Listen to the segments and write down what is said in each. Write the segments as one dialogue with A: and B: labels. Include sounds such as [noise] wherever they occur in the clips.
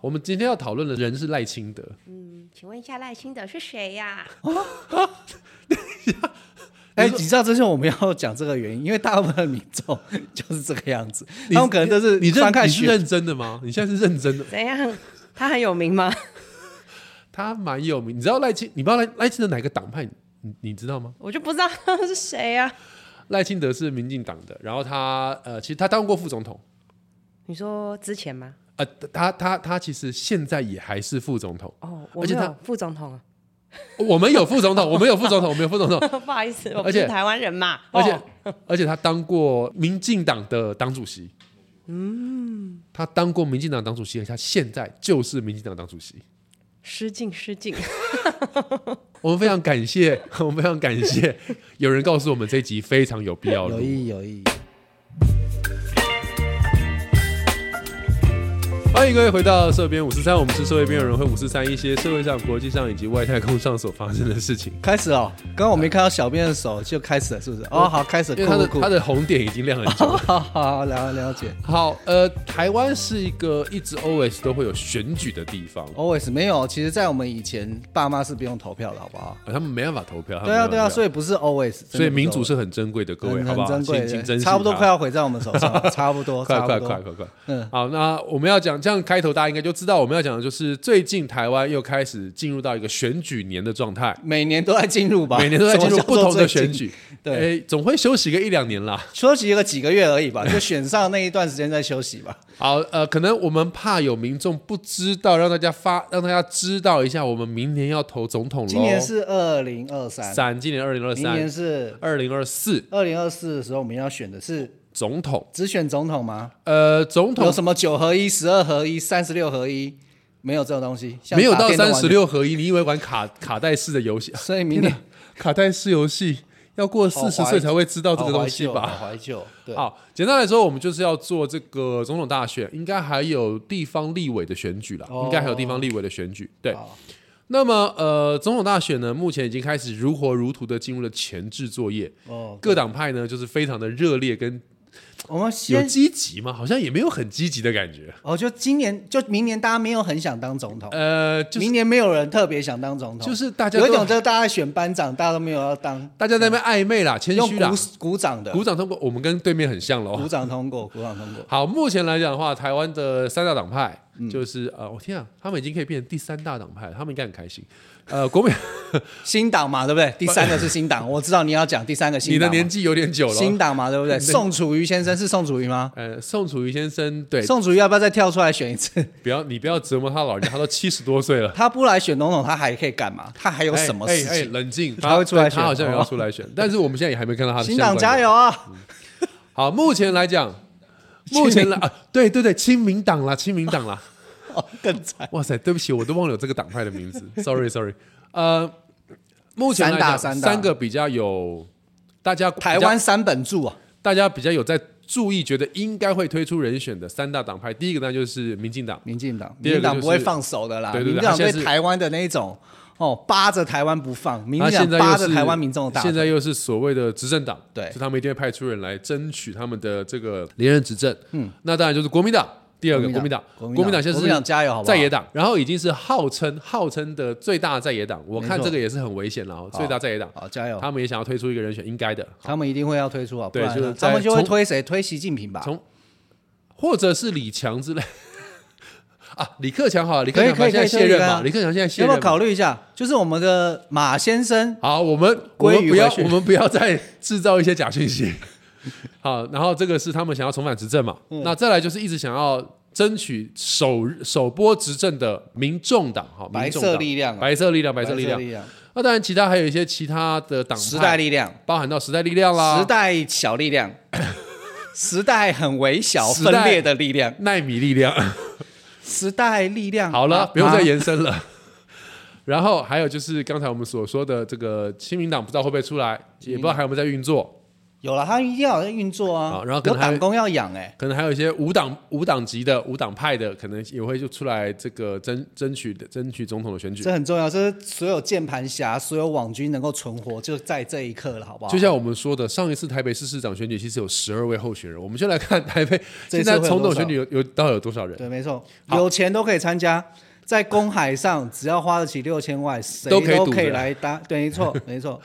A: 我们今天要讨论的人是赖清德。
B: 嗯，请问一下赖清德是谁呀、
A: 你
C: 哎，
A: 说
C: 你知道这是我们要讲这个原因，因为大部分的民众 [laughs] 就是这个样子，
A: 你
C: 他们可能都是
A: 你认
C: 翻看
A: 你是
C: 学
A: 认真的吗？你现在是认真的？
B: [laughs] 怎样？他很有名吗？
A: 他蛮有名，你知道赖清，你不知道赖赖清德哪个党派？你你知道吗？
B: [laughs] 我就不知道他是谁啊呀、
A: 赖清德是民进党的，然后他呃，其实他当过副总统，
B: 你说之前吗？
A: 呃，他他他其实现在也还是副总统。
B: 哦，
A: 而
B: 我没
A: 且他
B: 有副总统啊，
A: 我们有副总统，我们有副总统，我们有副
C: [laughs]
A: 总
C: 哦
A: 统，
B: [laughs] 不好意思，我不
A: 而且
B: 是台湾人嘛。
A: 而且、
B: 哦
A: 而且他当过民进党的党主席。嗯，他当过民进党党主席，他现在就是民进党党主席。
B: 失敬失敬，
A: 我们非常感谢， [laughs] 我们非常感谢有人告诉我们这一集非常有必要
C: 有
A: 录。
C: 意义有意义。
A: 欢迎各位回到社编五四三，我们是社会边有人会五四三一些社会上、国际上以及外太空上所发生的事情。
C: 开始哦，刚刚我没看到小编的手就开始了，是不是？哦，好，开始，
A: 因为
C: 酷
A: 他的
C: 酷酷
A: 他，的红点已经亮很久 [laughs] 了。
C: [laughs] 好好了了解
A: 好，呃，台湾是一个一直 always 都会有选举的地方，
C: ，always 没有。其实，在我们以前，爸妈是不用投票的，好不好？
A: 呃他们没办法投票。
C: 对啊，对啊，所
A: 以
C: 以不是 always，真的不 always
A: 所以民主是很珍贵的，各位，
C: 很
A: 好不
C: 很
A: 好？
C: 珍贵
A: 请请珍
C: 的，
A: 惜它，
C: 差不多快要毁在我们手
A: [laughs]
C: 上了，啊差不多，
A: 快
C: 差不
A: 快
C: 多
A: 快快快。
C: 嗯
A: 好，那我们要讲这样开头，大家应该就知道我们要讲的就是最近台湾又开始进入到一个选举年的状态，
C: 每年都在进入吧，
A: 每年都在进入不同的选
C: 什么叫做最近。
A: 举，
C: 对
A: 哎，总会休息个一两年啦。
C: 休息个几个月而已吧，就选上那一段时间再休息吧。
A: 好，呃，可能我们怕有民众不知道，让大家发让大家知道一下，我们明年要投总统喽。
C: 今年是二零二三，
A: 三，今年二零二
C: 明年
A: 三、
C: 是
A: 二零二四
C: 二零二四的时候，我们要选的是
A: 总统，
C: 只选总统吗？
A: 呃，总
C: 有
A: 统
C: 什么九合一、十二合一、三十六合一？没有这种东西，像
A: 没有到
C: 打电动
A: 三
C: 玩
A: 十，六合一，你以为玩卡卡带式的游戏？
C: 所以明年
A: 卡带式游戏要过四十
C: 好怀
A: 岁才会知道这
C: 好
A: 个东西
C: 怀旧
A: 吧？
C: 好怀旧，对，
A: 好，简单来说，我们就是要做这个总统大选，应该还有地方立委的选举了，
C: 哦
A: 应该还有地方立委的选举。对
C: 好，
A: 那么呃，总统大选呢，目前已经开始如火如荼的进入了前置作业，
C: 哦，
A: 各党派呢就是非常的热烈跟
C: 我们
A: 有
C: 先，
A: 积极嘛，好像也没有很积极的感觉。
C: 哦，就今年，就明年，大家没有很想当总统，
A: 呃，就是
C: 明年没有人特别想当总统，
A: 就是大家
C: 有一种
A: 都
C: 就是大家选班长，大家都没有要当，
A: 大家在那边暧昧啦，谦
C: 用
A: 虚啦
C: 鼓，鼓掌的，
A: 鼓掌通过，我们跟对面很像喽
C: 鼓。掌通过，鼓掌通过，
A: 好，目前来讲的话，台湾的三大党派
C: 嗯
A: 就是、呃，我天啊，他们已经可以变成第三大党派了，他们应该很开心。呃，国民，
C: 新党嘛，对不对？第三个是
A: [laughs]
C: 新党，我知道你要讲第三个 [laughs] 新
A: 你的
C: 党嘛，
A: 年纪有点久
C: 新
A: 了。
C: 党嘛，
A: [laughs]
C: 对不对？
A: 你的
C: 宋楚瑜先生是宋楚瑜吗？
A: 呃，宋楚瑜先生，对，
C: 宋楚瑜要不要再跳出来选一次？
A: 不要你不要折磨他老人家，他都七十多岁了，
C: 他不来选总统，他还可以干嘛？他还 [laughs] 有
A: 哎
C: 什么
A: 哎
C: 事
A: 哎，
C: 情？
A: 冷静，
C: 他会出来
A: 对
C: 选
A: 他好像也要
C: 哦
A: 出
C: [laughs]
A: 来选，但是我们现在也还没看到他的。
C: 新党加！油啊！
A: 好，目前来讲，目前来啊，对对对，亲民党啦，亲民党
C: [laughs]
A: 啦。
C: 哦，更惨，
A: [laughs] 哇塞，对不起，我都忘了有这个党派的名字，sorry sorry。呃，目前来讲
C: 三大三大
A: 三个比较有大家
C: 台湾三本柱啊，
A: 大家比较有在注意，觉得应该会推出人选的三大党派，第一个当然就是民进党，
C: 民进党，
A: 第
C: 民
A: 二个
C: 进党
A: 就是
C: 不会放手的啦。
A: 对对对
C: 民进党
A: 他现在
C: 对
A: 是
C: 台湾的那一种哦，扒着台湾不放，民
A: 他
C: 进
A: 现在
C: 党
A: 又
C: 扒
A: 是
C: 着台湾民众的大
A: 现
C: 腿。
A: 在又是所谓的执政党，
C: 对
A: 所以他们一定会派出人来争取他们的这个连任执政。嗯，那当然就是国民党。第二个国
C: 国
A: 民
C: 民
A: 党
C: 党，
A: 国民党现在
C: 国民党加油好
A: 是
C: 不好
A: 在野党，然后已经是号称号称的最大在野党，我看
C: 没错
A: 这个也是很危险了哦，最大在野党，
C: 好，加油！
A: 他们也想要推出一个人选，应该的，
C: 他们一定会要推出啊，不
A: 对
C: 然
A: 就是
C: 呢
A: 在
C: 他们就会
A: 从
C: 推谁？推习近平吧。
A: 从或者是李强之类 [laughs] 啊，李克强好了，李克
C: 可以
A: 强
C: 可
A: 现
C: 以
A: 在
C: 可以
A: 卸任
C: 可以
A: 嘛，
C: 啊
A: 李克强现在卸
C: 要不
A: 任
C: 要
A: 嘛。
C: 考虑一下？就是我们的马先生，
A: 好，我们我
C: 归
A: 们
C: 于
A: 不要
C: 回去
A: 我们不要再制造一些假讯息。 [laughs] 好，然后这个是他们想要重返执政嘛？
C: 嗯
A: 那再来就是一直想要争取首首波执政的民众党，哈，
C: 白
A: 民众
C: 色
A: 党
C: 力量啊
A: 白色力量，白
C: 白
A: 色力量。
C: 量，
A: 那当然，其他还有一些其他的党派
C: 时代，力量，
A: 包含到时代力量啦，
C: 时代小力 [laughs] 量，时代很微小
A: 时
C: 分
A: 代
C: 裂的力量，
A: 奈米力量。
C: 时代力量。
A: 好了，
C: 啊
A: 不用再
C: 啊
A: 延伸了。 [laughs] 然后还有就是刚才我们所说的这个亲民党，不知道会不会出来，也不知道还有没有在运作。
C: 有了，他一定要有在运作啊
A: 好，然后可
C: 有
A: 能还会
C: 党工要养哎、
A: 可能还有一些无党无党籍的无党派的，可能也会就出来这个争争取的争取总统的选举。
C: 这很重要，这是所有键盘侠、所有网军能够存活，就在这一刻了，好不好？
A: 就像我们说的，上一次台北市市长选举其实有十二位候选人，我们就来看 [laughs] 台北
C: 这
A: 现
C: 次
A: 在
C: 会有
A: 总统
C: 多少
A: 选举有有到底有多少人，
C: 对，没错，
A: 好
C: 有钱都可以参加，在公海上只要花得起六千万，谁
A: 都可以赌
C: 可以
A: 的
C: 来搭。对，
A: [laughs]
C: 没错，没错，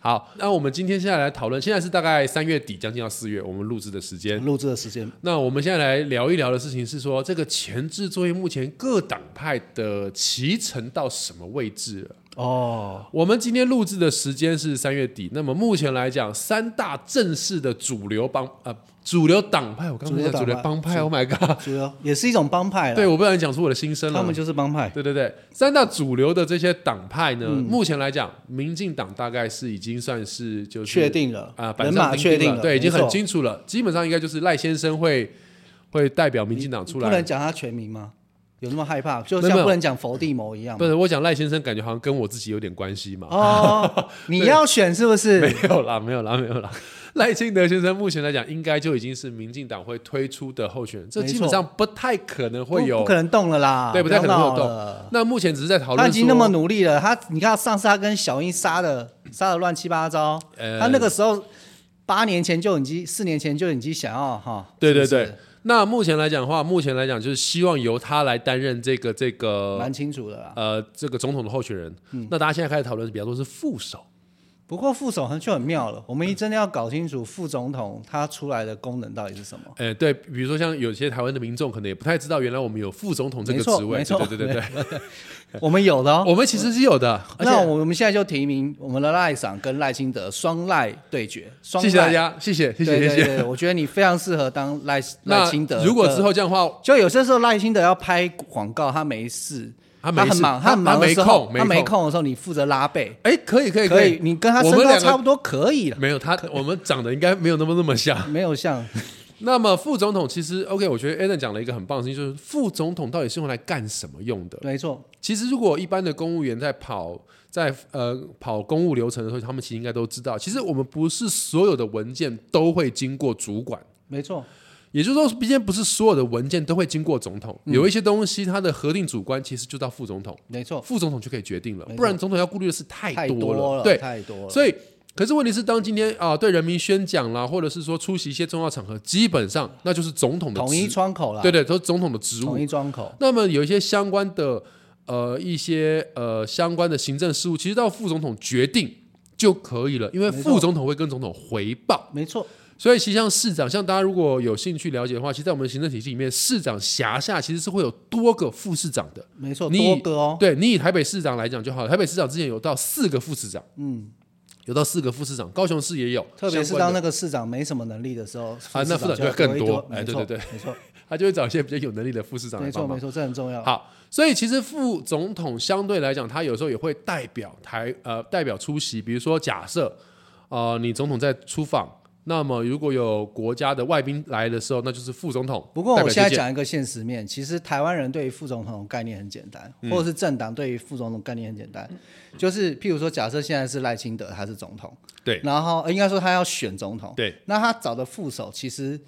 A: 好，那我们今天现在来讨论，现在是大概三月底，将近要四月，我们录制的时间。
C: 录制的时间
A: 那我们现在来聊一聊的事情是说，这个前置作业目前各党派的骑乘到什么位置了？
C: 哦，
A: 我们今天录制的时间是三月底，那么目前来讲，三大正式的主流帮呃主流党派，我刚刚讲主
C: 主
A: 流
C: 流
A: 帮
C: 党
A: 派，Oh my god！
C: [laughs] 主要也是一种帮派了。
A: 对，我不小心讲出我的心声了。
C: 他们就是帮派，
A: 对对对，三大主流的这些党派呢，
C: 嗯
A: 目前来讲，民进党大概是已经算是就是
C: 确定了
A: 啊，板
C: 人
A: 上
C: 马
A: 钉
C: 确
A: 钉
C: 定了，
A: 对，已经
C: 没错
A: 很清楚了，基本上应该就是赖先生会会代表民进党出
C: 不能
A: 来。
C: 讲他全名吗？有那么害怕？就
A: 没有
C: 像
A: 没有
C: 不能讲伏地魔一样
A: 不
C: 吗。
A: 是，我讲赖先生，感觉好像跟我自己有点关系嘛。
C: 哦，你要选是不
A: [laughs] 没
C: 是？
A: 有啦，没有啦，没有啦。赖清德先生目前来讲，应该就已经是民进党会推出的候选人，这
C: 没
A: 基本
C: 错
A: 上不太可能会
C: 不
A: 有
C: 不。可能动了啦，
A: 对，不太可能会有
C: 要闹了
A: 动。那目前只是在讨论说，
C: 他已经那么努力了，他你看上次他跟小英杀的杀的乱七八糟，
A: 呃
C: 他那个时候八年前就已经四年前就已经想要哈，
A: 对对
C: 是不是
A: 对。那目前来讲的话，目前来讲就是希望由他来担任这个这个
C: 蛮清楚的啦。
A: 呃这个总统的候选人。
C: 嗯
A: 那大家现在开始讨论，比方说是副手，
C: 不过副总很就很妙了，我们一真的要搞清楚副总统他出来的功能到底是什么。
A: 呃，对，比如说像有些台湾的民众可能也不太知道，原来我们有副总统这个
C: 没错
A: 职位，
C: 没错
A: 对对对对对，
C: 我们有的哦，
A: 我们其实是有的。而且
C: 那我们现在就提名我们的赖赏跟赖清德双赖对决，双赖
A: 谢谢大家，谢谢谢
C: 对
A: 谢
C: 对
A: 谢
C: 对
A: 谢。
C: 对，我觉得你非常适合当赖赖
A: 那
C: 清德的。
A: 如果之后这样的话，
C: 就有些时候赖清德要拍广告，他没事，
A: 他没
C: 他
A: 事
C: 很忙，
A: 他
C: 很忙
A: 他
C: 的
A: 没
C: 时候
A: 空，没
C: 他没
A: 空
C: 空的时候，你负责拉背，
A: 哎，可以可以
C: 可
A: 以，
C: 你跟他
A: 我
C: 身
A: 们
C: 高
A: 两
C: 差不
A: 个
C: 多可以了，
A: 没有他，我们长得应该没有那么那么像。
C: 没有像
A: 那么副总统其实 OK，我觉得 Alan 讲了一个很棒的事情，就是副总统到底是用来干什么用的？
C: 没错，
A: 其实，如果一般的公务员在跑在呃跑公务流程的时候，他们其实应该都知道，其实我们不是所有的文件都会经过主管，
C: 没错，
A: 也就是说，毕竟不是所有的文件都会经过总统，有一些东西它的核定主观其实就到副总统，
C: 没错，
A: 副总统就可以决定了，
C: 没错
A: 不然总统要顾虑的事太
C: 太
A: 多
C: 了，
A: 对，
C: 太多了，
A: 所以。可是问题是，当今天啊、对人民宣讲啦，或者是说出席一些重要场合，基本上那就是总统的
C: 统一
A: 职
C: 窗口了，
A: 对，对，都是总统的职务
C: 统。一窗口，
A: 那么有一些相关的呃一些呃相关的行政事务，其实到副总统决定就可以了，因为
C: 没错
A: 副总统会跟总统回报。
C: 没错，
A: 所以其实像市长，像大家如果有兴趣了解的话，其实在我们行政体系里面，市长辖下其实是会有多个副市长的。
C: 没错，
A: 你
C: 多个哦，
A: 对你以台北市长来讲就好了，台北市长之前有到四个副市长，嗯，有到四个副市长，高雄市也有，
C: 特别是
A: 相关
C: 当
A: 的
C: 那个市长没什么能力的时候，
A: 啊那副长
C: 市
A: 就会
C: 就
A: 更
C: 多一
A: 多
C: 多，
A: 哎
C: 没
A: 对
C: 错，
A: 对
C: 没错，
A: 他就会找一些比较有能力的副市长来
C: 没
A: 帮
C: 错，
A: 忙
C: 没。错，这很重要，
A: 好，所以其实副总统相对来讲，他有时候也会代表台呃代表出席，比如说假设呃你总统在出访，那么如果有国家的外宾来的时候，那就是副总统。
C: 不过
A: 代
C: 我
A: 表
C: 现在
A: 接见，
C: 讲一个现实面，其实台湾人对于副总统的概念很简单，
A: 嗯
C: 或者是政党对于副总统概念很简单，就是譬如说，假设现在是赖清德他是总统，
A: 对
C: 然后呃应该说他要选总统，
A: 对，
C: 那他找的副手其实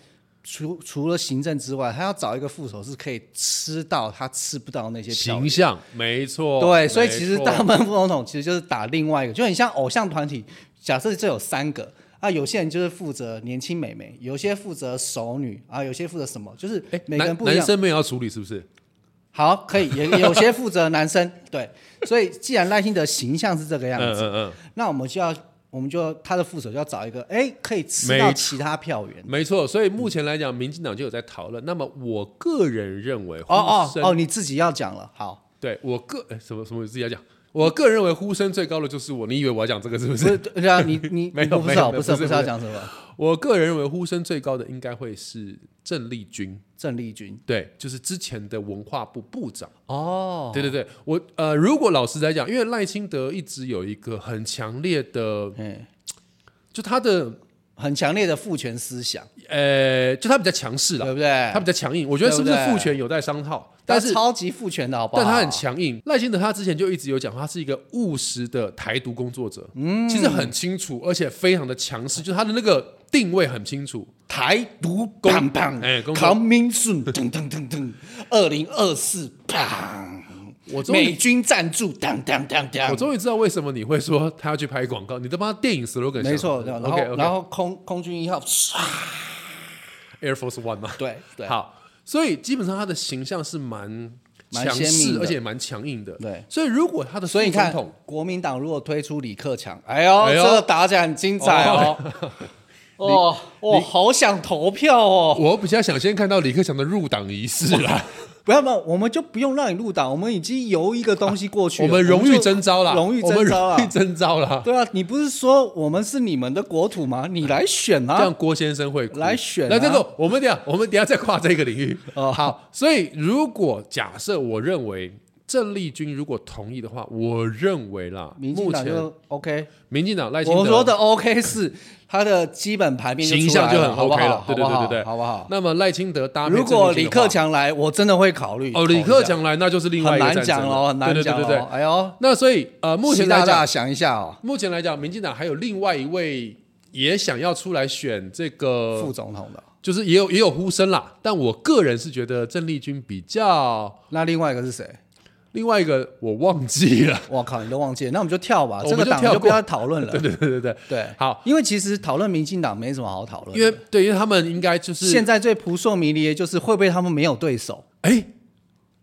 C: 除除了行政之外，他要找一个副手是可以吃到他吃不到那些票
A: 形。象，没错。
C: 对，所以其
A: 哦没
C: 实
A: 错
C: 大部分副总统其实就是打另外一个，就很像偶像团体。假设这有三个啊，有些人就是负责年轻美眉，有些负责熟女啊，有些负责什么，就是
A: 哎，
C: 每个人
A: 男
C: 不一
A: 男
C: 样。
A: 生没有要处理是不是？
C: 好，可以，也也有些负责男生，对，所以既然赖清德形象是这个样
A: 嗯
C: 子，
A: 嗯嗯，
C: 那我们就要，我们就他的副手就要找一个，哎，可以吃到
A: 没
C: 其他票源。
A: 没错。嗯所以目前来讲，民进党就有在讨论。那么我个人认为，
C: 哦哦
A: 呼声
C: 哦，你自己要讲了，好，
A: 对我个哎什么什么我自己要讲，我个人认为呼声最高的就是我。你以为我要讲这个是不
C: 不
A: 是？
C: 是对啊，你你
A: 没有
C: 你不
A: 没
C: 是
A: 有
C: 哦
A: 没有
C: 不是
A: 不是
C: 不是要讲什么
A: [laughs] 我个人认为呼声最高的应该会是郑丽君，
C: 郑丽君
A: 对，就是之前的文化部部长。
C: 哦，
A: 对对对，我呃，如果老实来讲，因为赖清德一直有一个很强烈的，
C: 嗯，
A: 就他的
C: 很强烈的父权思想，
A: 呃，就他比较强势了，
C: 对不对
A: 他？比较强硬。我觉得是不是
C: 对不对
A: 父权有待商榷？但
C: 他
A: 是
C: 超级父权的好不好？
A: 但他很强硬。赖清德他之前就一直有讲，他是一个务实的台独工作者，嗯，其实很清楚，而且非常的强势，就是他的那个定位很清楚，
C: 台独
A: 公
C: 砰砰，
A: 哎公投
C: coming soon，噔噔噔噔，二零二四 [laughs] 砰，
A: 我终于
C: 美军赞助，当当当当，
A: 我终于知道为什么你会说他要去拍广告，你都帮他电影 slogan
C: 没错，对然后
A: o k o k
C: 然后空空军一号，唰
A: Air Force One 嘛，
C: 对对，
A: 好，所以基本上他的形象是蛮
C: 蛮
A: 强
C: 鲜明
A: 势，
C: 的
A: 而且也蛮强硬的。
C: 对，
A: 所以如果他的
C: 所以
A: 副
C: 你看
A: 总统，
C: 国民党如果推出李克强，哎呦，
A: 哎呦
C: 这个打起来很精彩 [laughs] 哦，哦，我好想投票哦，
A: 我比较想先看到李克强的入党仪式啊啦，
C: 不要不要，我们就不用让你入党，我们已经由一个东西过 [laughs] 去
A: 我
C: 了，
A: 们荣誉
C: 就
A: 征召啦，
C: 荣誉
A: 我们
C: 征召
A: 荣
C: 啊啦
A: 誉。征召啦。
C: [laughs] 对啊，你不是说我们是你们的国土吗？你来选
A: 这样
C: 啊！
A: 郭先生会哭
C: 来选啊
A: 那这个我们等一下我们等一下再跨这个领域。哦，好，所以如果假设我认为郑丽君如果同意的话，我认为啦，
C: 民
A: 目
C: 进党
A: 前
C: 就 OK。
A: 民进党赖清德
C: 我说的 OK 是他的基本牌面就出来
A: 形象就很 OK
C: 好不
A: 了
C: 好，
A: 对对对对对，
C: 好不好？
A: 那么赖清德搭配
C: 如
A: 郑丽
C: 果
A: 君
C: 李
A: 的话
C: 克强来，我真的会考虑。
A: 哦，李克强来，那就是另外
C: 很
A: 一个
C: 难
A: 战争
C: 讲
A: 了
C: 哦，很难讲
A: 对对对对。
C: 哦
A: 对。
C: 哎呦，
A: 那所以呃，目前
C: 习
A: 来
C: 大大
A: 讲，
C: 想一下哦，
A: 目前来讲，民进党还有另外一位也想要出来选这个
C: 副，总统的。
A: 就是也有也有呼声啦。但我个人是觉得郑丽君比较，
C: 那另外一个是谁？
A: 另外一个我忘记
C: [laughs]
A: 了。
C: 我靠，你都忘记了，那我们就跳吧，
A: 我们
C: 这个
A: 就
C: 党
A: 跳
C: 就不
A: 过
C: 要讨论
A: [laughs]
C: 了。
A: 对对对对对，
C: 对
A: 好，
C: 因为其实讨论民进党没什么好讨论的，
A: 因为对，因为他们应该就是
C: 现在最扑朔迷离的就是会不会他们没有对手。
A: 哎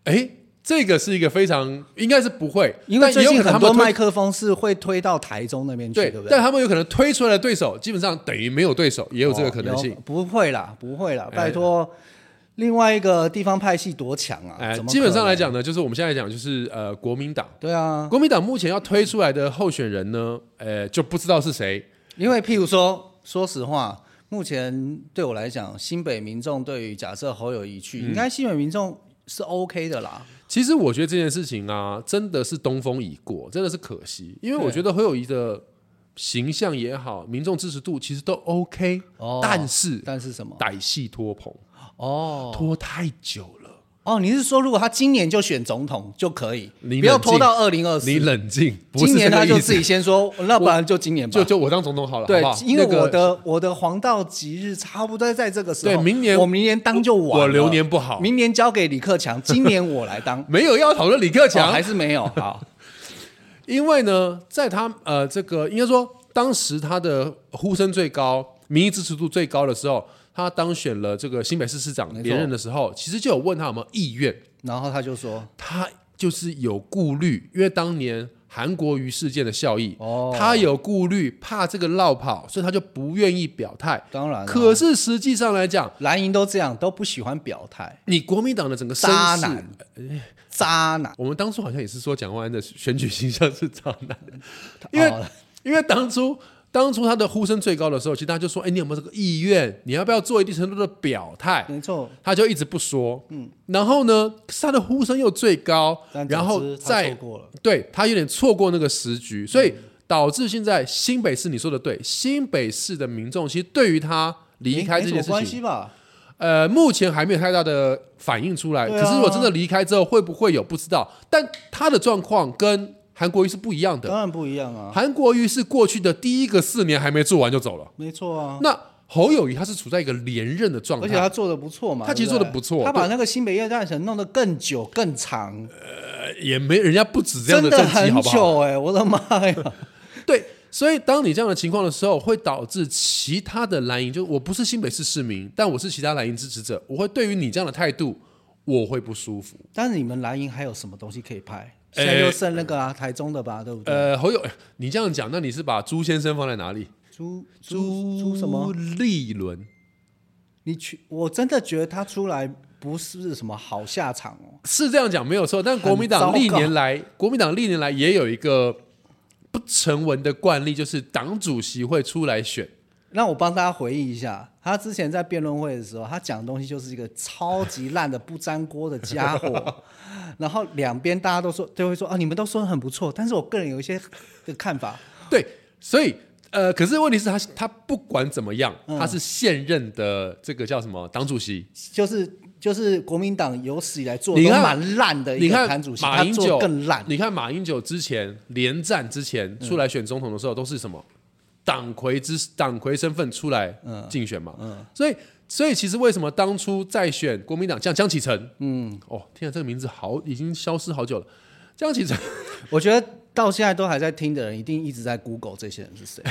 A: 哎，这个是一个非常应该是不会，
C: 因为
A: 但
C: 最
A: 也有
C: 近
A: 可能
C: 很
A: 他
C: 多
A: 们推
C: 麦克风是会推到台中那边去，
A: 对，
C: 对不
A: 但他们有可能推出来的对手基本上等于没有对手，也有这个可能性
C: 哦。有不会啦，不会啦，
A: 哎
C: 拜托，另外一个地方派系多强啊！
A: 哎，
C: 怎么
A: 基本上
C: 可能
A: 来，讲呢，就是我们现在讲就是呃国民党，
C: 对啊，
A: 国民党目前要推出来的候选人呢，呃就不知道是谁。
C: 因为譬如说，说实话，目前对我来讲，新北民众对于假设侯友谊
A: 嗯
C: 去，应该新北民众是 OK 的啦。
A: 其实我觉得这件事情啊，真的是东风已过，真的是可惜，因为我
C: 对
A: 觉得侯友谊的形象也好，民众支持度其实都 OK，、
C: 哦
A: 但是
C: 但是什么？
A: 歹戏拖棚，
C: 哦
A: 拖太久了。
C: 哦，你是说如果他今年就选总统就可以，
A: 你
C: 不要
A: 冷静
C: 拖到二零二四
A: 你。冷静，不是
C: 今年
A: 这个
C: 他就
A: 意思
C: 自己先说，那不然就今年吧。
A: 就就我当总统好了，
C: 对
A: 好不，好
C: 因为
A: 那个
C: 我的、我的黄道吉日差不多在这个时候。
A: 对明年
C: 我明年当就晚了
A: 我流年不好。
C: 明年交给李克强，今年我来当
A: [laughs] 没有要讨论李克强，
C: 哦还是没有好，
A: 因为呢，在他呃这个应该说当时他的呼声最高、民意支持度最高的时候，他当选了这个新北市市长
C: 没错
A: 连任的时候，其实就有问他有没有意愿，
C: 然后他就说
A: 他就是有顾虑，因为当年。韩国瑜事件的效益，
C: 哦
A: 他有顾虑，怕这个落跑，所以他就不愿意表态：“。
C: 当然、啊，
A: 可是实际上来讲，
C: 蓝营都这样，都不喜欢表态，
A: 你国民党的整个声
C: 渣
A: 势
C: 男，
A: 哎
C: 渣男。
A: 我们当初好像也是说蒋万安的选举形象是渣
C: [laughs]
A: 男，因为、
C: 哦
A: 因为当初当初他的呼声最高的时候，其实大家就说：“哎，你有没有这个意愿？你要不要做一定程度的表态
C: 没错，？”
A: 他就一直不说。嗯，然后呢，可是他的呼声又最高
C: 但，
A: 然后
C: 总之他
A: 再
C: 错过嗯了，
A: 对他有点错过那个时局，所以导致现在新北市你说的对，新北市的民众其实对于他离开
C: 没
A: 这
C: 没
A: 件
C: 什么关
A: 事情
C: 系，吧？
A: 呃，目前还没有太大的反应出来。
C: 对啊
A: 可是我真的离开之后会不会有不知道？但他的状况跟韩国瑜是不一样的。
C: 当然不一样啊，
A: 韩国瑜是过去的第一个四年还没做完就走了，
C: 没错啊。
A: 那侯友谊他是处在一个连任的状
C: 而且
A: 态。
C: 他做的不错
A: 嗯
C: 嘛，
A: 他其实
C: 对
A: 做
C: 对
A: 得不错
C: 他把那个新北夜战城弄得更久更长，
A: 呃也没人家不止这样
C: 真
A: 政绩，
C: 很
A: 好不好？
C: 久哎、我的妈呀！
A: 对，所以当你这样的情况的时候，会导致其他的蓝营，就我不是新北市市民，但我是其他蓝营支持者，我会对于你这样的态度，我会不舒服。
C: 但是你们蓝营还有什么东西可以拍？
A: 呃
C: 现在就剩那个啊，台中的吧，对不对？
A: 呃，侯友，你这样讲，那你是把朱先生放在哪里？
C: 朱朱朱什么？？
A: 立伦
C: 你去，我真的觉得他出来不是什么好下场哦。
A: 是这样讲没有错，但国民党
C: 很糟
A: 历
C: 糕
A: 年来，国民党历年来也有一个不成文的惯例，就是党主席会出来选。
C: 让我帮大家回忆一下，他之前在辩论会的时候，他讲的东西就是一个超级烂的不粘锅的家伙。
A: [laughs]
C: 然后两边大家都说，都会说啊，你们都说得很不错，但是我个人有一些的看法。
A: 对，所以呃，可是问题是他他不管怎么样，
C: 嗯
A: 他是现任的这个叫什么党主席？
C: 就是就是国民党有史以来做的
A: 你
C: 都
A: 看
C: 蛮烂的
A: 你
C: 一个
A: 看
C: 摊主席，
A: 马
C: 他
A: 英
C: 做
A: 九
C: 得更烂。嗯
A: 你看马英九之前连战之前出来选总统的时候都是什么？党魁之党魁身份出来竞选嘛。
C: 嗯
A: 所以所以其实为什么当初在选国民党像江启臣，嗯，哦，天啊，这个名字好已经消失好久了。江启臣， [laughs]
C: 我觉得到现在都还在听的人，一定一直在 Google 这些人是
A: [laughs]
C: 谁，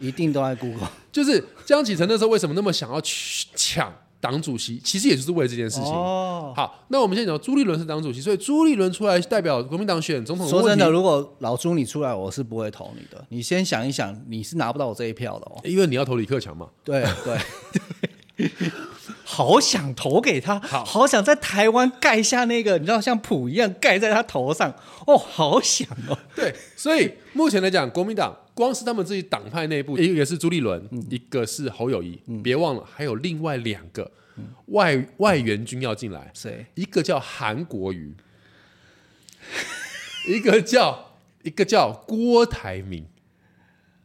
C: 一定都在 Google。
A: 就是江启臣那时候为什么那么想要去抢党主席，其实也就是为了这件事情。
C: 哦，
A: 好，那我们现在讲朱立伦是党主席，所以朱立伦出来代表国民党选总统
C: 说
A: 问
C: 真
A: 题
C: 的，，如果老朱你出来，我是不会投你的。你先想一想，你是拿不到我这一票的哦。
A: 因为你要投李克强嘛。
C: 对对。 [laughs] 好想投给他，
A: 好
C: 想在台湾盖下那个，你知道像谱一样盖在他头上，哦，好想哦。
A: 对，所以目前来讲，国民党光是他们自己党派内部，一个是朱立伦，一个是侯友谊，别忘了还有另外两个外外援军要进来，
C: 谁？
A: 一个叫韩国瑜，一个叫一个叫郭台铭。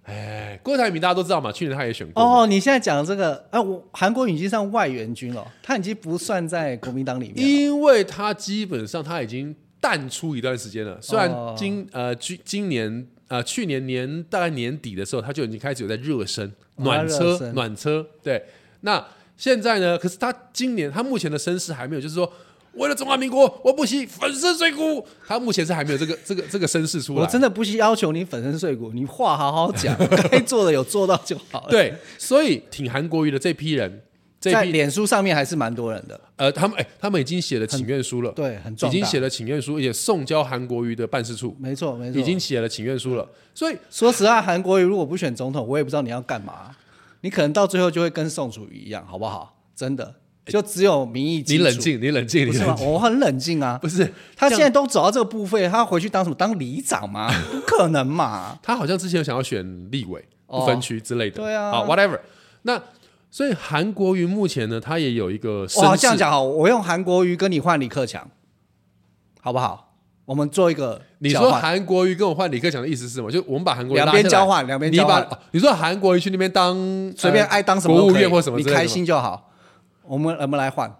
A: 哎，郭台铭大家都知道嘛，去年他也选过嘛，
C: 哦，你现在讲这个，哎、我韩国瑜已经上外援军了，他已经不算在国民党里面了。
A: 因为他基本上他已经淡出一段时间了。虽然
C: 哦
A: 今、呃今今年呃去年年大概年底的时候，他就已经开始有在热身、暖
C: 哦热
A: 车、
C: 身
A: 暖车。对，那现在呢？可是他今年他目前的身世还没有，就是说。为了中华民国，我不惜粉身碎骨。他目前是还没有这个、 [laughs] 这个、这个身世出来。
C: 我真的不需要求你粉身碎骨，你话好好
A: [laughs]
C: 讲，该做的有做到就好了。，
A: 对，所以挺韩国瑜的这批人，这
C: 在
A: 批
C: 脸书上面还是蛮多人的，
A: 呃，他们哎、他们已经写了请愿书了，
C: 对，很
A: 已
C: 壮大。
A: 经写了请愿书，也送交韩国瑜的办事处。
C: 没错没错，
A: 已经写了请愿书了，所以
C: 说实话，韩国瑜如果不选总统，我也不知道你要干嘛，你可能到最后就会跟宋楚瑜一样，好不好？真的，就只有民意基
A: 哎你
C: 础。
A: 冷，静，你冷静，
C: 不
A: 你
C: 是
A: 冷
C: 吗？
A: 静，
C: 我很冷静啊。
A: 不是
C: 他
A: 这
C: 现
A: 样
C: 在都走到这个部分，他回去当什么？当里
A: [laughs]
C: 长吗？不可能嘛！
A: 他好像之前有想要选立委、
C: 哦
A: 不分区之类的，
C: 对啊
A: 好，whatever。那所以韩国瑜目前呢，他也有一个身
C: 哇，
A: 世
C: 这样，讲好，我用韩国瑜跟你换李克强，好不好？我们做一个
A: 你
C: 交
A: 说
C: 换
A: 韩国瑜跟我换李克强的意思是什么？就我们把韩国瑜
C: 两
A: 拉
C: 边
A: 下来
C: 交换两边
A: 你
C: 交
A: 把
C: 换
A: 哦你说韩国瑜去那边当
C: 随便
A: 呃
C: 爱当什么都
A: 国务
C: 可以
A: 院或什么
C: 你
A: 之类的
C: 开
A: 吗
C: 心就好。我们我们来换，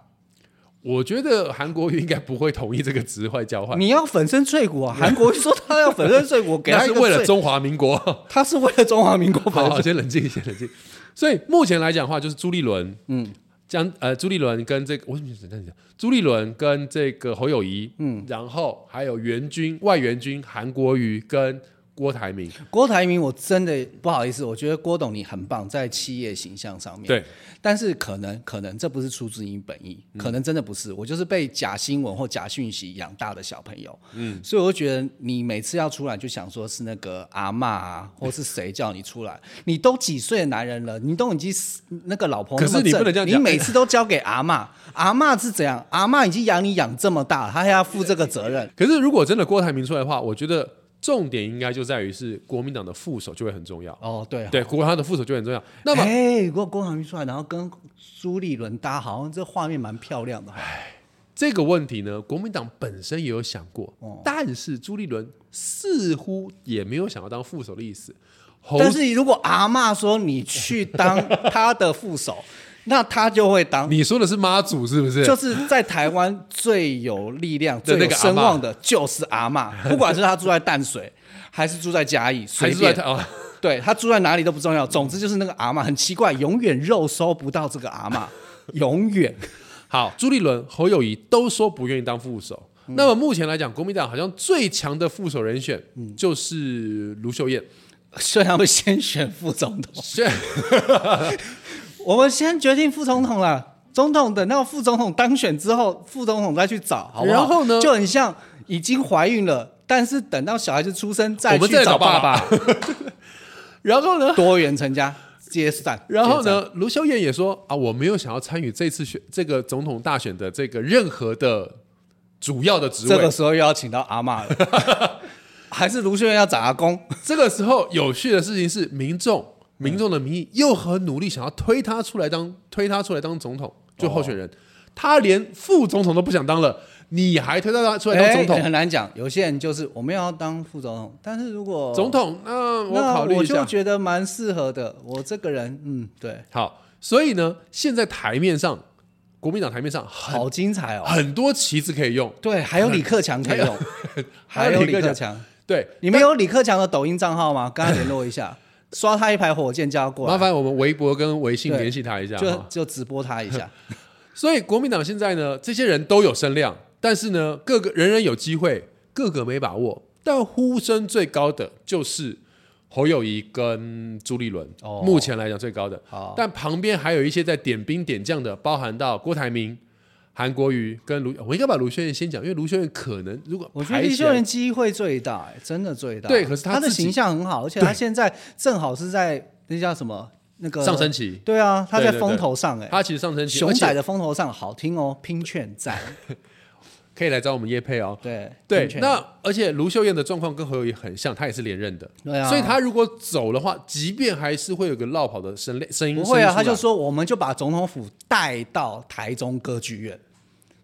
A: 我觉得韩国瑜应该不会同意这个职位交换，
C: 你要粉身碎
A: [laughs]
C: 骨啊！韩国瑜说他要粉身碎骨，我给
A: 那
C: 他一
A: 是
C: 个
A: 为了
C: 最
A: 中华民国。
C: 他是为了中华民国
A: [laughs] 好
C: 粉
A: 好，先冷静，先冷静。所以目前来讲的话，就是朱立伦，嗯，将呃朱立伦跟这个，我怎么讲？朱立伦跟这个侯友谊，嗯，然后还有援军外援军韩国瑜跟郭台铭，
C: 郭台铭，我真的不好意思，我觉得郭董你很棒，在企业形象上面。，
A: 对，
C: 但是可能可能这不是出自于本意，
A: 嗯
C: 可能真的不是，我就是被假新闻或假讯息养大的小朋友。嗯，所以我就觉得你每次要出来就想说是那个阿嬷啊，或是谁叫你出来？你都几岁的男人了，你都已经是那个老婆那么
A: 可是你
C: 正
A: 不能这样
C: 你
A: 讲
C: 每次都交给阿嬷，阿嬷是怎样？阿嬷已经养你养这么大了，她还要负这个
A: [laughs]
C: 责任。
A: 可是如果真的郭台铭出来的话，我觉得重点应该就在于是国民党的副手就会很重要，
C: 哦，对
A: 对，国民党的副手就会很重要。那么
C: 哎，如果郭台铭出来，然后跟朱立伦搭，好像这画面蛮漂亮的哈。
A: 这个问题呢，国民党本身也有想过，但是朱立伦似乎也没有想要当副手的意思。侯
C: 但是如果阿嬷说你去当他的副
A: [laughs]
C: 手，那他就会当。
A: 你说的是妈祖是不是？
C: 就是在台湾最有力量、
A: 的
C: 最
A: 那
C: 有
A: 个阿嬷
C: 声望的，就是
A: [laughs]
C: 阿嬷。不管是他住在淡水，还是住在嘉义，
A: 还
C: 随
A: 是在
C: 便
A: 台哦，
C: 对他住在哪里都不重要。总之就是那个阿嬷很奇怪，永远肉收不到这个阿嬷，永
A: [laughs]
C: 远。
A: 好，朱立伦、侯友谊都说不愿意当副手。
C: 嗯
A: 那么目前来讲，国民党好像最强的副手人选
C: 嗯
A: 就是卢秀燕。
C: 所以他们先选副总统。
A: 虽然
C: 我们先决定副总统了，总统等到副总统当选之后，副总统再去找，好不好？
A: 然后呢
C: 就很像已经怀孕了，但是等到小孩子出生再
A: 我们
C: 去
A: 再
C: 找
A: 找爸
C: 爸。
A: [laughs] 然后呢？
C: 多元成家，接散。
A: [laughs] 然后
C: 接散？
A: 呢？卢秀燕也说啊，我没有想要参与这次选这个总统大选的这个任何的主要的职位。
C: 这个时候又要请到阿嬷了，
A: [laughs]
C: 还是卢秀燕要找阿公？
A: 这个时候有趣的事情是，民众
C: 嗯
A: 民众的民意又很努力想要推他出来当推他出来当总统，
C: 哦
A: 就候选人，他连副总统都不想当了，你还推他出来当总
C: 哎
A: 统？
C: 很难讲。有些人就是我们要当副总统，但是如果
A: 总统，那我
C: 那
A: 考虑一
C: 就
A: 下。
C: 觉得蛮适合的。我这个人，嗯，对，
A: 好，所以呢，现在台面上，国民党台面上很
C: 好精彩哦。
A: 很多棋子可以用，
C: 对，还有李克强可以用，还有
A: [laughs] 还有
C: 李
A: 李克
C: 克
A: 强
C: 强。
A: 对，
C: 你们有李克强的抖音账号吗？跟他联络一下。刷他一排火箭就要过
A: 麻
C: 来，
A: 烦啊我们微博跟微信
C: 对
A: 联系他一下
C: 就
A: 哈。
C: 就直播他一
A: [laughs]
C: 下。
A: 所以国民党现在呢，这些人都有声量，但是呢，各个人人有机会，各个没把握。但呼声最高的就是侯友谊跟朱立伦，
C: 哦
A: 目前来讲最高的。
C: 好，
A: 但旁边还有一些在点兵点将的，包含到郭台铭、韩国瑜跟卢，我应该把卢轩燕先讲，因为卢轩燕可能如果
C: 我觉得
A: 排
C: 李
A: 起
C: 秀
A: 来
C: 妍机会最大、哎真的最大。
A: 对可是
C: 他
A: 他
C: 的
A: 自己
C: 形象很好，而且他现在正好是在那叫什么那个
A: 上升。期，
C: 对啊，他在
A: 对对对
C: 风头上哎、
A: 他其实上升期，
C: 熊
A: 而
C: 仔
A: 且
C: 的风头上好听哦，拼券在。
A: 可以来找我们叶配哦。
C: 对
A: 对
C: 拼，券
A: 那而且卢秀燕的状况跟侯友谊很像，她也是连任的，
C: 对啊
A: 所以她如果走的话，即便还是会有个落跑的声类嗯声音，
C: 不会
A: 声
C: 啊，
A: 音
C: 他
A: 出来
C: 就说我们就把总统府带到台中歌剧院，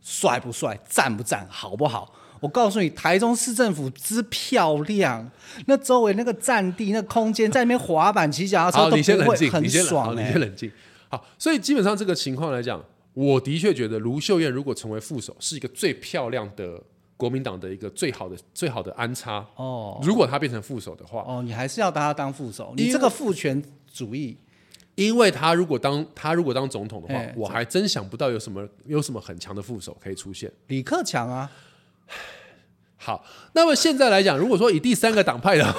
C: 帅不帅，赞不赞，好不好？我告诉你，台中市政府之漂亮，那周围那个占地、那空间，在那边滑板、骑脚踏车
A: 好，
C: 都
A: 你先
C: 不
A: 冷
C: 会
A: 静，
C: 很
A: 你先冷好
C: 爽
A: 你
C: 哎、
A: 先冷静。好，所以基本上这个情况来讲，我的确觉得卢秀燕如果成为副手，是一个最漂亮的国民党的一个最好的最好的安插。
C: 哦
A: 如果她变成副手的话，
C: 哦，你还是要把他当副手，
A: 因
C: 你
A: 为
C: 这个父权主义
A: 因为她如果当她如果当总统的话
C: 哎，
A: 我还真想不到有什么有什么很强的副手可以出现。
C: 李克强啊，
A: 好，那么现在来讲，如果说以第三个党派的，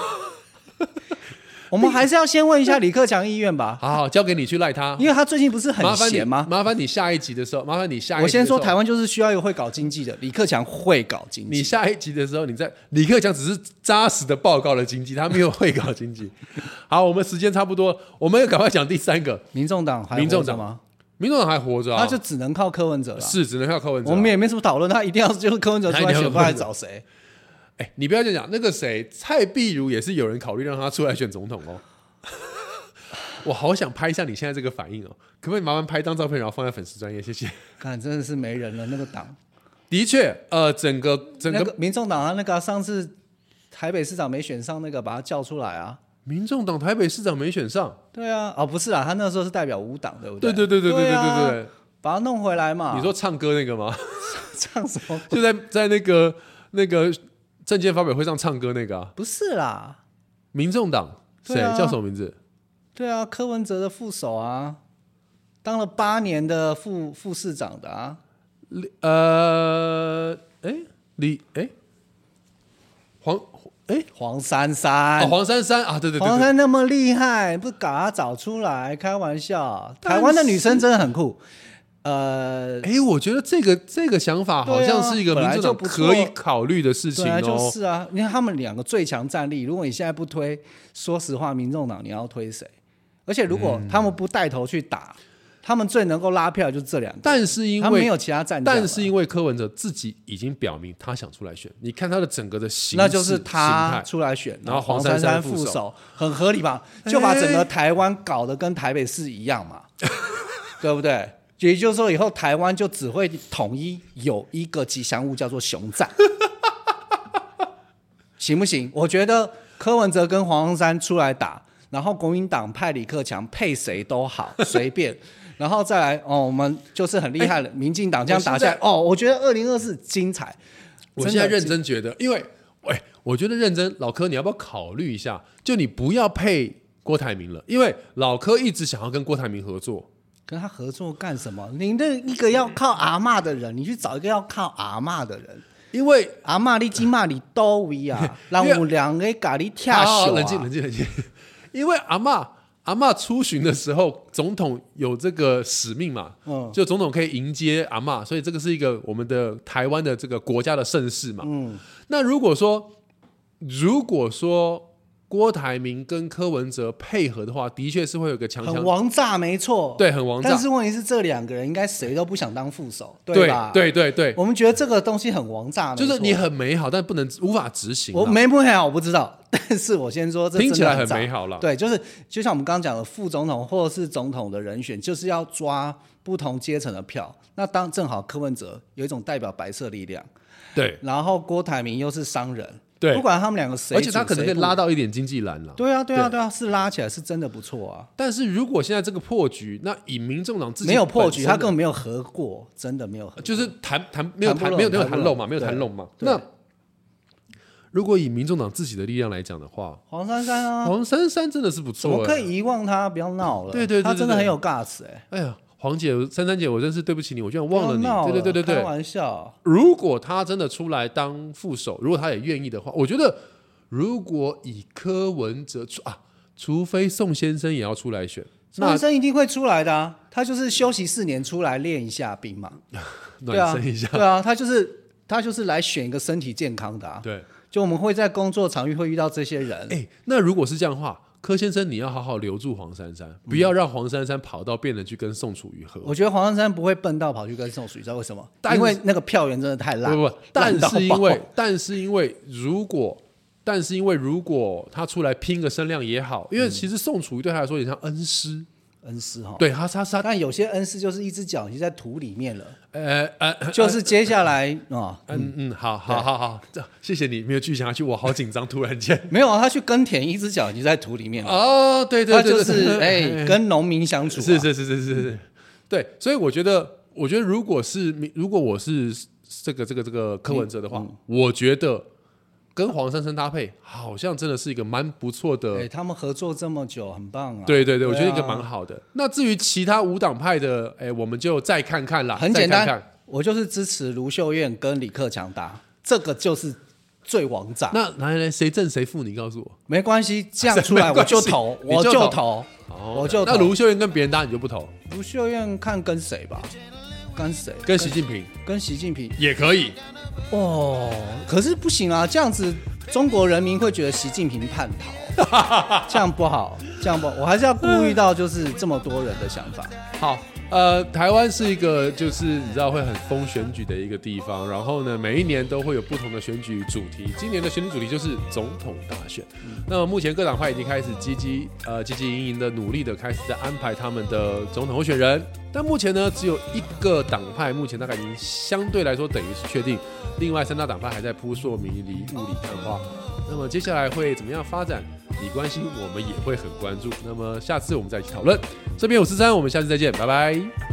C: 我们还是要先问一下李克强意愿吧，
A: 好好交给你去赖他。
C: 因为他最近不是
A: 麻
C: 很
A: 烦你
C: 闲吗？
A: 麻烦你下一集的时候，麻烦你下一集
C: 我先
A: 的时候
C: 说，台湾就是需要一个会搞经济的，李克强会搞经济
A: 你。下一集的时候，你在李克强只是扎实的报告了经济，他没有会搞经济。 [laughs] 好，我们时间差不多，我们要赶快讲第三个，
C: 民众党还
A: 民众
C: 活着
A: 党
C: 吗？
A: 民众党还活着啊，
C: 那就只能靠柯文哲了。
A: 是只能靠柯文哲啊。
C: 我们也没什么讨论，他一定要就是柯文哲出来选，不然找谁？
A: 哎，你不要这样讲，那个谁，蔡碧如也是有人考虑让他出来选总统哦。 [laughs] 我好想拍一下你现在这个反应哦，可不可以麻烦拍一张照片，然后放在粉丝专业，谢谢。
C: 看，真的是没人了，那个党，
A: 的确，呃，整个整
C: 那
A: 个
C: 个民众党他那个啊、上次台北市长没选上，那个把他叫出来啊。
A: 民众党台北市长没选上，
C: 对啊，哦不是啊，他那时候是代表五党，对不
A: 对对
C: 对
A: 对对对对
C: 啊
A: 对对，
C: 把他弄回来嘛。
A: 你说唱歌那个吗？
C: 唱什么？
A: [laughs] 就在在那个那个证件发表会上唱歌那个、啊，
C: 不是啦，
A: 民众党谁、
C: 对啊
A: 叫什么名字？
C: 对啊，柯文哲的副手啊，当了八年的副副市长的啊，
A: 呃，哎，李哎，黄哎、
C: 黄珊珊
A: 哦，。黄珊珊啊，对对对
C: 黄
A: 对，
C: 珊那么厉害，不把她找出来？开玩笑，
A: 但是
C: 台湾的女生真的很酷。呃，
A: 哎，我觉得这个这个想法好像是一个
C: 对
A: 民
C: 啊
A: 众
C: 本来就
A: 党
C: 不
A: 可以
C: 错
A: 考虑的事情
C: 本来就
A: 哦。
C: 是啊，你看他们两个最强战力，如果你现在不推，说实话，民众党你要推谁？而且如
A: 嗯
C: 果他们不带头去打，他们最能够拉票就这两个，
A: 但是因
C: 他们没
A: 为
C: 有其他战将啊了，
A: 但是因为柯文哲自己已经表明他想出来选，你看他的整个的形式
C: 那就是
A: 形
C: 他
A: 态
C: 出来选，
A: 然后
C: 黄
A: 黄珊珊
C: 珊
A: 副
C: 副
A: 手哎
C: 手，很合理吧？就把整个台湾搞得跟台北市一样嘛， [laughs] 对不对？也就是说，以后台湾就只会统一有一个吉祥物叫做熊仔，行不行？我觉得柯文哲跟黄珊珊出来打，然后国民党派李克强配谁都好，随便。然后再来哦，我们就是很厉
A: 哎
C: 害了，民进党这样打下来哦，我觉得二零二四精彩。
A: 我
C: 真
A: 现在
C: 的
A: 认真觉得，因为喂，我觉得认真，老柯你要不要考虑一下？就你不要配郭台铭了，因为老柯一直想要跟郭台铭合作。
C: 跟他合作干什么？你那一个要靠阿嬷的人，你去找一个要靠阿嬷的人。
A: 因为
C: 阿嬷你今骂你都
A: [laughs]
C: 位啊，让我两个咖喱跳
A: 好
C: 手
A: 冷静冷
C: 啊！
A: 静冷 [laughs] 静，因为阿嬷阿嬷出巡的时候，总统有这个使命嘛，
C: 嗯
A: 就总统可以迎接阿嬷，所以这个是一个我们的台湾的这个国家的盛世嘛。
C: 嗯，
A: 那如果说如果说郭台铭跟柯文哲配合的话，的确是会有个强
C: 很
A: 强
C: 王炸没错，
A: 对很王炸
C: 但是问题是，这两个人应该谁都不想当副手，吧？
A: 对对对，
C: 我们觉得这个东西很王炸，没
A: 就
C: 错
A: 是你很美好，但不能无法执行啦。啊
C: 我没不美啊好，我不知道。 [laughs] 但是我先说，这
A: 听起来
C: 真的
A: 很
C: 炸
A: 美好啦
C: 对，就是就像我们刚刚讲的，副总统或者是总统的人选，就是要抓不同阶层的票。那当正好柯文哲有一种代表白色力量，
A: 对，
C: 然后郭台铭又是商人，
A: 对
C: 不管他们两个谁
A: 而
C: 主谁
A: 且
C: 不，
A: 他可能可以拉到一点经济栏了。
C: 对啊，对啊，对啊，是拉起来是真的不错啊。
A: 但是如果现在这个破局，那以民众党自己
C: 没有破局，
A: 本身的
C: 他根本没有合过，真的没有合。
A: 就是谈谈没有
C: 谈
A: 谈
C: 不拢
A: 没有没有
C: 谈不
A: 谈
C: 拢
A: 拢嘛，没有
C: 对
A: 谈拢嘛。
C: 对
A: 那如果以民众党自己的力量来讲的话，
C: 黄珊珊啊，
A: 黄珊珊真的是不
C: 怎
A: 错、
C: 么
A: 欸，
C: 可以遗忘他？不要闹了，
A: 对对对对
C: 他真的
A: 对
C: 很有 guts 哎、
A: 哎呀，黄姐、珊珊姐，我真是对不起你，我居然
C: 不要
A: 忘了你。
C: 闹了
A: 对对对对
C: 开
A: 对，
C: 玩笑，
A: 如果她真的出来当副手，如果她也愿意的话，我觉得如果以柯文哲出啊，除非宋先生也要出来选，那
C: 男生一定会出来的啊，他就是休息四年出来练一下兵嘛，对
A: 暖
C: 啊，
A: 身一下，
C: 对啊，他就是他就是来选一个身体健康的啊，
A: [laughs] 对。
C: 就我们会在工作场域会遇到这些人，
A: 哎、那如果是这样的话，柯先生你要好好留住黄珊珊，
C: 嗯
A: 不要让黄珊珊跑到变得去跟宋楚瑜合。
C: 我觉得黄珊珊不会笨到跑去跟宋楚瑜，知道为什么？
A: 但是
C: 因为那个票源真的太烂，
A: 不不不，但
C: 烂到爆
A: 是因为，但是因为如果，但是因为如果他出来拼个声量也好，因为其实宋楚瑜对他来说有点像恩师，
C: 恩师哈，
A: 对他他他
C: 但有些恩师就是一只脚已经在土里面了，
A: 呃呃，
C: 就是接下来啊、
A: 嗯嗯，好好好好，这谢谢你没有继续讲下去，我好紧张，突然间
C: 没有啊，他去耕田，一只脚已经在土里面了，
A: [laughs] 哦，对对
C: 他
A: 对，
C: 就
A: 对对
C: 是哎跟农民相处、啊，
A: 是是嗯是是是是，对，所以我觉得，我觉得如果是如果我是这个这个这个柯文哲的话，我觉得跟黄珊珊搭配，好像真的是一个蛮不错的。
C: 哎，他们合作这么久，很棒啊，
A: 对对对，我觉得一
C: 啊
A: 个蛮好的。那至于其他无党派的，哎，我们就再看看啦，
C: 很简单
A: 再看看
C: 我就是支持卢秀燕跟李克强打，这个就是最王炸。
A: 那来来，谁正谁负？你告诉我。
C: 没关系，这样出来我就投，
A: [laughs] 没关
C: 我
A: 系
C: 就投，我就
A: 哦那
C: 投。
A: 卢秀燕跟别人搭，你就不投？
C: 卢秀燕看跟谁吧，跟谁？
A: 跟习近平
C: 跟习近平。
A: 也可以。
C: 哦，可是不行啊，这样子中国人民会觉得习近平叛
A: [laughs]
C: 逃，这样不好，这样不好。我还是要顾虑到就是这么多人的想法。
A: 好，呃，台湾是一个就是你知道会很疯选举的一个地方，然后呢，每一年都会有不同的选举主题。今年的选举主题就是总统大选。那么目前各党派已经开始积极呃积极营营的努力的开始在安排他们的总统候选人，但目前呢，只有一个党派目前大概已经相对来说等于是确定，另外三大党派还在扑朔迷离、雾里看花。那么接下来会怎么样发展？你关心，我们也会很关注。那么下次我们再一起讨论。这边我是三，我们下次再见，拜拜。